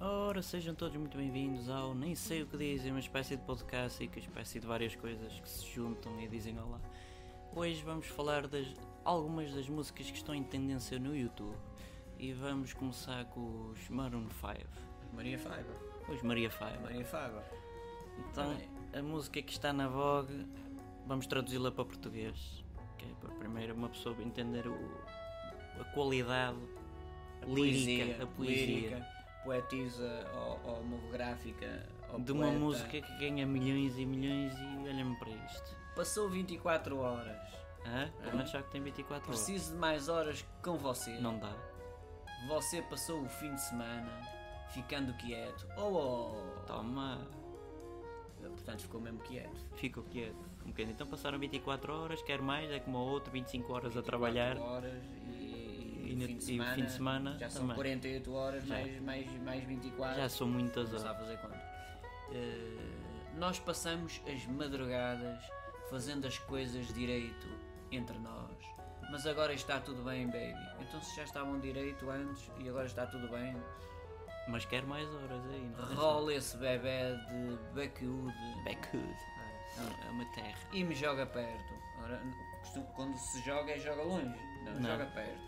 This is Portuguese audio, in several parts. Ora, sejam todos muito bem-vindos ao Nem Sei O Que Dizem, uma espécie de podcast e que espécie de várias coisas que se juntam e dizem olá. Hoje vamos falar das algumas das músicas que estão em tendência no YouTube e vamos começar com os Maroon 5. Maria Fábio. Os Maria 5. Maria Fábio. Então, a música que está na vogue, vamos traduzi-la para português, que é para primeiro uma pessoa entender o- a qualidade lírica, a poesia. lírica, poetisa ou, ou monográfica. Ou de uma poeta. música que ganha milhões e milhões e olha-me para isto. Passou 24 horas. Hã? Pelo menos já que tem 24 horas. Preciso de mais horas com você. Não dá. Você passou o fim de semana ficando quieto. Oh, Tá. oh. Toma, Portanto, ficou mesmo quieto. fico quieto. Um bocadinho. Então passaram 24 horas, quer mais, é como a outro, 25 horas a trabalhar. 24 horas e, E no no- fim e de o semana, fim de semana já são também. 48 horas mais, mais, mais 24. Já são muitas Não horas. sabe fazer quanto. Eh, nós passamos as madrugadas fazendo as coisas direito entre nós. Mas agora está tudo bem, baby. Então se já estavam direito antes e agora está tudo bem, Mas quer mais horas aí, não é? rola esse bebê de bacude Backwood. É uma terra. e me joga perto. Ora, costu- quando se joga é joga longe, não, Não. joga perto.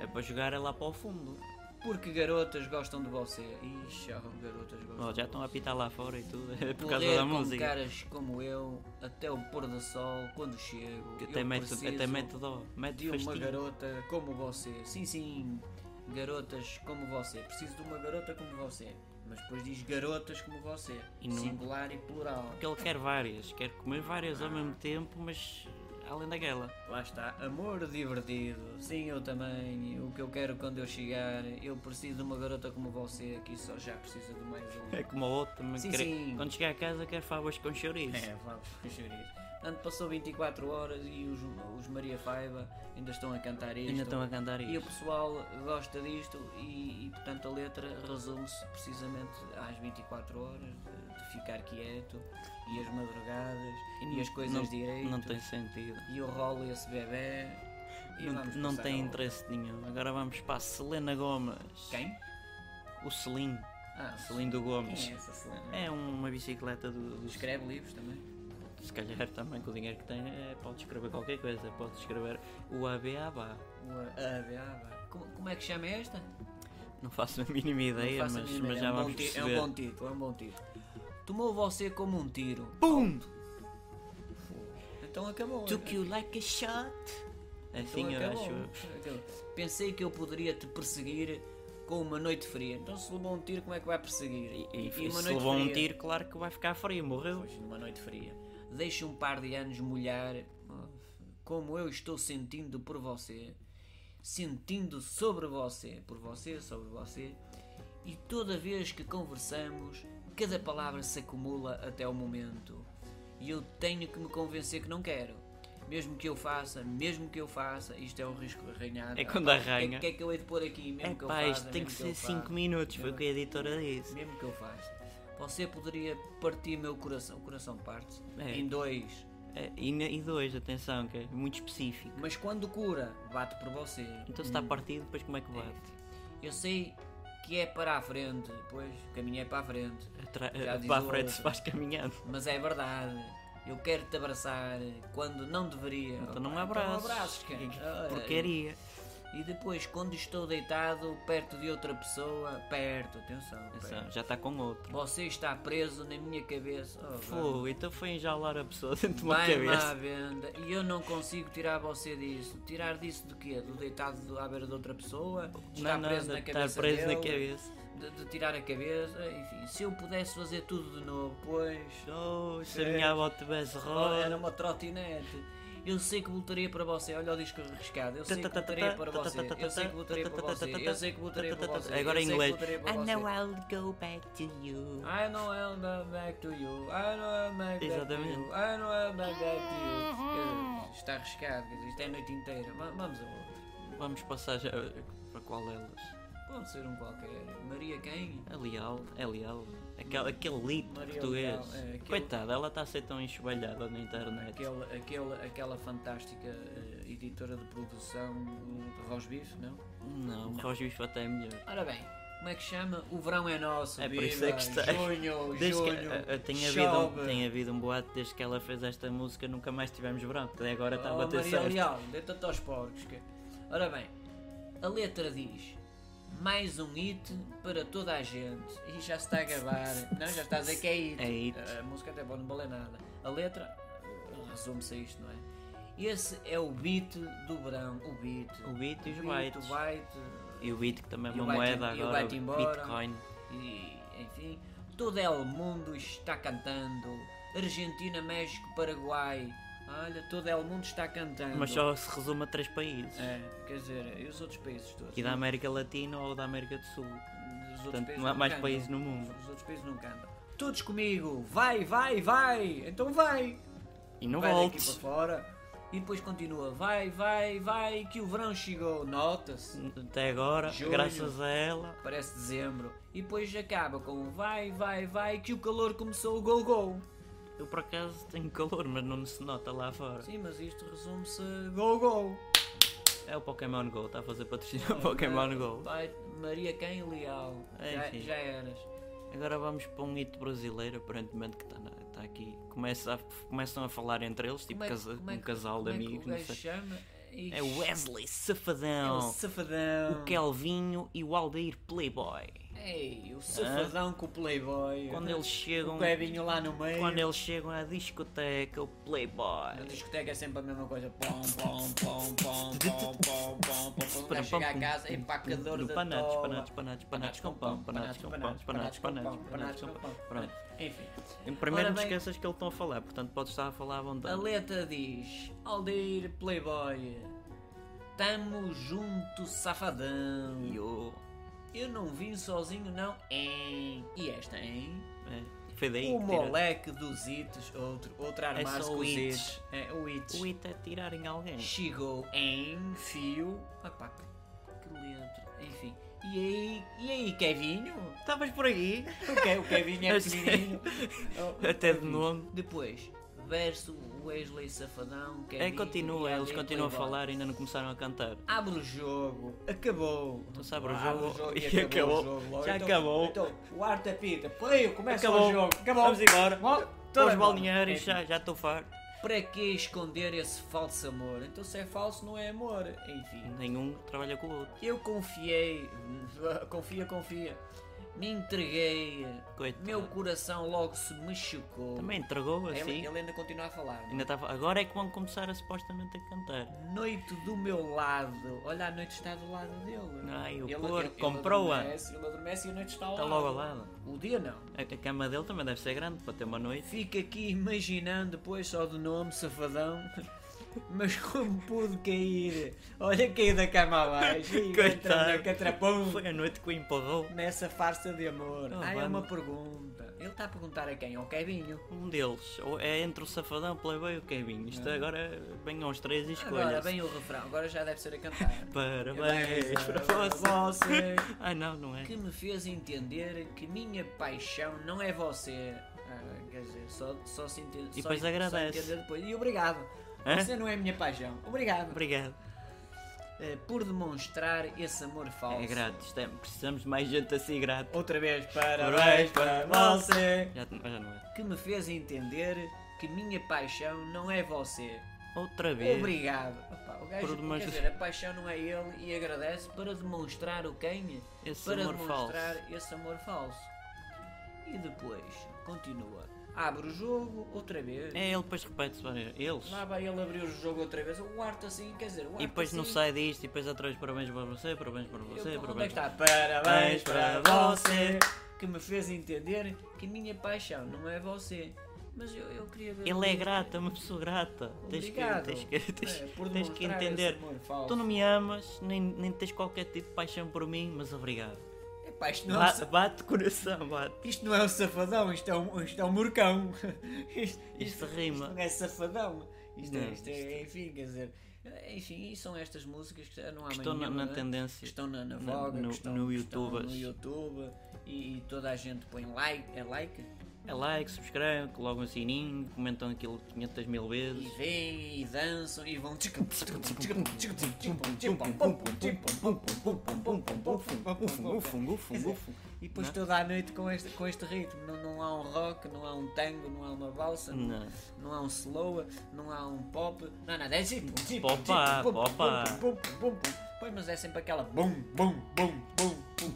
É para jogar é lá para o fundo. Porque garotas gostam de você. Ixi, ó, garotas gostam Ó, já de estão a pitar lá fora e tudo. É por Poder causa da com música. caras como eu, até o pôr do sol, quando chego, Que é, até eu mete, preciso até mete dó. Mete de uma festinho. garota como você. Sim, sim, garotas como você. Preciso de uma garota como você. Mas depois diz garotas como você. E não- é? Singular e plural. Porque ele quer várias. Quer comer várias ao mesmo tempo, mas além daquela. Lá está, amor divertido. Sim, eu também. O que eu quero quando eu chegar, eu preciso de uma garota como você, que só já precisa de mais uma. É como a outra. também Sim, quer- sim. Quando chegar a casa, quer favas com chouriço. É, vamos sugerir. Portanto, passou 24 horas e os, os Maria Faiba ainda estão a cantar isto. Ainda estão a cantar E o isso. pessoal gosta disto e, e, portanto, a letra resume-se precisamente às 24 horas de, de ficar quieto e as madrugadas e, as coisas não, direito Não tem sentido. e eu rolo esse bebê e Não, vamos não passar tem ao- interesse nenhum. Agora vamos para a Selena Gomes. Quem? O Selim. Ah, Selim do Gomes. Quem é essa Selena? É uma bicicleta do, dos Escreve livros também. Se calhar também com o dinheiro que tem é, pode escrever qualquer coisa. Pode escrever o ABABA. O A- ave, ave. Como, como é que chama esta? Ah, Não faço a mínima ideia, Não faço a mas, mínima mas ideia. já é um vamos bom ti- perceber. É um bom título, é um bom título. Tomou você como um tiro. BUM! Então acabou. Took you like a shot. Então Assim eu acabou. acho. Acabou. Pensei que eu poderia te perseguir com uma noite fria. Então se levou um tiro, como é que vai perseguir? E, e, se levou um tiro, claro que vai ficar frio, morreu. Pois, numa noite fria. Deixa um par de anos molhar como eu estou sentindo por você, sentindo sobre você, por você, sobre você, e toda vez que conversamos, cada palavra se acumula até o momento. E eu tenho que me convencer que não quero. Mesmo que eu faça, mesmo que eu faça, isto é um risco arranhado. É quando Ah, pá, arranha. O que, é- o que é que eu hei de pôr aqui? Mesmo É que eu pá, faça, isto tem mesmo que eu ser faça. 5 minutos, foi o que a editora disse. Mesmo que eu faça. Você poderia partir meu coração. O coração parte É. em dois. É, E, na- e dois, atenção, que é muito específico. Mas quando cura, bate por você. Então se está Hum. partido, depois como é que bate? Eu sei que é para a frente, pois o caminho é para a frente. Atra- Já diz para a o frente outro. se faz caminhando. Mas é verdade. Eu quero te abraçar quando não deveria. Então não Opa, há braços. Então não abraços, cara. Ah, Porcaria. E depois, quando estou deitado perto de outra pessoa, perto, atenção. Atenção, perto. já está com outro. Você está preso na minha cabeça. Oh, vá. Pô, então foi enjaular a pessoa dentro de uma Vai-me à cabeça. venda e eu não consigo tirar você disso. Tirar disso do quê? Do deitado do- à beira de outra pessoa? De estar Não, não, preso não, na estar cabeça preso dele, na cabeça. De, de tirar a cabeça, enfim. Se eu pudesse fazer tudo de novo, pois... Oh, se a minha avó tivesse Era roda. uma trotinete. Eu sei que voltaria para você. Olha o disco arriscado. Eu sei que voltaria para você. Eu sei que voltaria para você. Eu sei que voltaria para você. Agora Eu em sei que inglês. voltaria para I você. Ah. know I'll go back to you. I know I'll be back to you. I know I'll back back to Exatamente. you. I know I'll back back to you. Quer dizer, Está arriscado, quer dizer, isto é a noite inteira. Va- Vamos a outro. Vamos passar já para qual delas? Pode ser um qualquer. Maria quem? A Leal, é Leal. Aquele, aquele lito Maria português. Leal, é, aquele- Coitada, ela está a ser tão enxovalhada na internet. Aquela, aquela, aquela fantástica eh, editora de produção eh, de Rosbif, não? Não, o Rosbif até é melhor. Ora bem, Como é que chama? O verão é nosso. É por isso viva, é que está- Junho, Desde que, junho. a- a- tem, chove. havido, um- tem havido um boato desde que ela fez esta música, nunca mais tivemos verão. Até agora está a Oh, bater Maria certo. Leal, deita-te aos porcos. que- Ora bem, a letra diz: Mais um hit para toda a gente. E já se está a acabar. Não, já está a dizer que é hit. É hit. A música até pode não valer nada. A letra eh, resume-se a isto, não é? Esse é o beat do verão. O beat. O beat e os O bytes. byte. E o bit que também é E o uma byte- moeda e o agora, byte o embora. Bitcoin. E, enfim, todo el mundo está cantando. Argentina, México, Paraguai. Olha, todo el mundo está cantando. Mas só se resume a três países. É, quer dizer, e os outros países todos? E da América Latina ou da América do Sul. Os outros Portanto, países não há não mais cantam. países no mundo. Os outros países não cantam. Todos comigo! Vai, vai, vai! Então vai! E não vai voltes. daqui para fora. E depois continua. Vai, vai, vai, que o verão chegou. Nota-se. Até agora, Julho. graças a ela, Parece dezembro. E depois acaba com vai, vai, vai, que o calor começou. Go, go! eu por acaso tenho calor, mas não se nota lá fora. Sim, mas isto resume-se a go, go! É o Pokémon GO, está a fazer patrocínio É. ao Pokémon GO. Vai, Maria Quem Leal. Já, Enfim. já eras. Agora vamos para um hito brasileiro, aparentemente que está tá aqui. Começa a- começam a falar entre eles, tipo Como é que- casa- como é um que- casal de como é que o amigos, não gajo sei. chama? É o Wesley É o Safadão, safadão. o Kelvinho e o Aldair Playboy. Ei, o safadão com o Playboy. Quando eles chegam, O Pebinho lá no meio. quando eles chegam à discoteca, o Na Playboy. discoteca é sempre a mesma coisa. Pom, pom, pom, pom, pom, pom, pom, pom. Quando um chega a casa, empacador No da panados, tola. panados, panados, panados com pão, panados com pão, panados com pão, panados com pão. Pronto. Enfim, Primeiro Ora não bem. esqueças que eles estão a falar, portanto podes estar a falar à a vontade. letra diz: Aldeir Playboy, tamo junto, safadão. Yo. Eu não vim sozinho, não. Hein? E esta, hein? É, Foi daí O que tiraste. moleque dos ites, outro, outro armário É só com os ites. ites. É, o ites. O hito é tirarem alguém. Chegou em fio. Opá, que letra. Enfim. E aí, e aí, Kevinho? Estavas por aí? O, Ke, o Kevinho é Eu sei. pequenininho. Oh, Até de enfim. nome. Depois, verso Wesley Safadão, É, Kevinho. continua, e eles alguém continuam a playboy. falar, ainda não começaram a cantar. Abre o jogo, acabou. Então se abre o Abre jogo e acabou. o jogo logo. Já Então- acabou. Então, o arte apita. Play, começa Acabou. o jogo. Acabou. Vamos embora. Bom, Todos embora. balneários, Enfim. já já estou farto. Para que esconder esse falso amor? Então se é falso não é amor. Enfim. Nenhum trabalha com o outro. Eu confiei. Confia, confia. Me entreguei. Coitado. Meu coração logo se me chocou. Também entregou ele, assim. ele ainda continua a falar. não é? Ainda estava. Agora é que vão começar a, supostamente a cantar. Noite do meu lado. Olha, a noite está do lado dele. Ai, o Ele- porco ele- ele comprou-a. adormece, Ele adormece e a noite está ao Está lado. logo ao lado. O dia não. A, a cama dele também deve ser grande para ter uma noite. Fico aqui imaginando, depois só do nome, safadão. Mas como pude cair? Olha, caí da cama abaixo. Ih, Coitado. Catrapão. Foi a noite que o empurrou. Nessa farsa de amor. Oh, Ah, é vamos. uma pergunta. Ele está a perguntar a quem? Ao Kevinho. Um deles. Ou é entre o Safadão, o Playboy e o Kevin. Isto agora venham os três e Ah. Agora escolha. vem o refrão. Agora já deve ser a cantar. Parabéns para você. é você. Ai não, não é? que me fez entender que minha paixão não é você. Ah, quer dizer, só, só se entende. E depois agradece. depois. E obrigado. Hã? Você não é minha paixão. Obrigado. Obrigado. Eh, por demonstrar esse amor falso. É grátis, tem- precisamos de mais gente assim grátis. Outra vez, parabéns para você. Já, já não é. Que me fez entender que minha paixão não é você. Outra vez. Obrigado. Opa, o gajo, Por demonstra- Quer dizer, a paixão não é ele e agradece para demonstrar o quem? Esse para amor demonstrar falso. esse amor falso. E depois, continua. Abre o jogo outra vez. É ele, depois repete-se várias Eles. Lá vai ele abrir o jogo outra vez. O arte assim, quer dizer, o arte E depois assim, não sai disto, e depois atrás parabéns para você, parabéns para Eu, você, onde é parabéns que está? Parabéns para você você. que me fez entender que minha paixão não é você. Mas eu, eu queria ver. Ele é isto. grato, é uma pessoa grata. Tens que, Obrigado. tens que, tens, É, por tens que demonstrar esse entender. amor falso. Tu não me amas, nem, nem tens qualquer tipo de paixão por mim, mas obrigado. É pá, isto não é um Ba bate coração, bate. Isto não é um safadão, isto é um, isto é um murcão. Isto, Isto rima. Isto não é safadão. Isto, Não, é, isto é, enfim, quer dizer. Enfim, e são estas músicas que não há Que estão na, nenhuma, na né? tendência. Que estão na, na na- voga, no- que estão, no que estão YouTube. no YouTube, e, e toda a gente põe like, é like? É like, subscrevam, colocam o sininho, comentam aquilo 500 mil E vezes. vêm e dançam e vão. E depois Não? toda a noite com este, com este ritmo. Não, não há um rock, não há um tango, não há uma valsa, não, Não. não há um slow, não há um pop. Não há nada. É tipo, zip, zip, Popa, zip, pum, popa. pum, pum, pum, pum. Pois, mas é sempre aquela. Bum, bum, bum, bum, bum.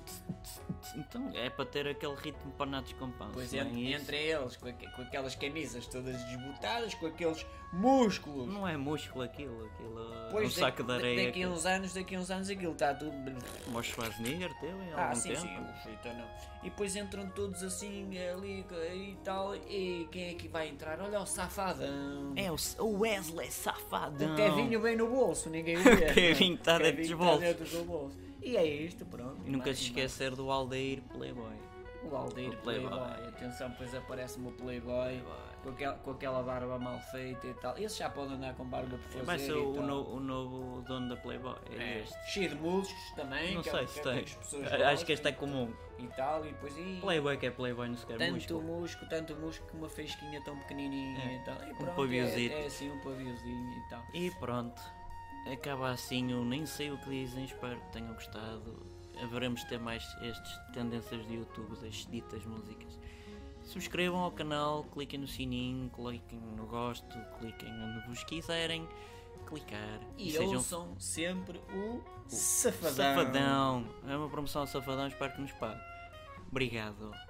Então é para ter aquele ritmo para natos com pão. Pois se não é entre, isso, entre eles, com, aque- com aquelas camisas todas desbotadas, com aqueles músculos. Não é músculo aquilo, aquilo. é um Pois da- saco de da- areia. Daqui a uns anos, daqui a uns anos aquilo está tudo. aquilo. Mas Schwarzenegger teve em Ah, algum sim, tempo. sim, o Fritão não. E depois entram todos assim ali e tal. E quem é que vai entrar? Olha o safadão. É o S- o Wesley safadão. o Kevinho bem no bolso, ninguém o vê. Kevinho não é? tá dentro Kevinho dos tá bolsos. dentro do bolso. E é isto, pronto. E Nunca mais- se esquecer do Aldeir Playboy. O Aldeir O Playboy. Playboy. Atenção, pois aparece-me o Playboy. Com aquela, com aquela barba mal feita e tal. Esse já pode andar com barba por fazer Vai ser e o, tal. no- o novo dono da Playboy. É, É, este. Cheio de músculos também. Não que é o sei que- se que tem. as pessoas Acho que este gostam é comum. E tal, e depois. "Ih, Playboy que é Playboy, não se quer Tanto músculo. musco, tanto musco que uma fesquinha tão pequenininha É, e tal. E um pronto, paviozito. É, é assim, um paviozinho e tal. E pronto, acaba assim o Nem Sei O Que Dizem, espero que tenham gostado. Haveremos de ter mais estas tendências de YouTube das ditas músicas. Subscrevam ao canal, cliquem no sininho, cliquem no gosto, cliquem onde vos quiserem clicar. E, ouçam sempre o, safadão. safadão. É uma promoção ao safadão, espero que nos pague. Obrigado.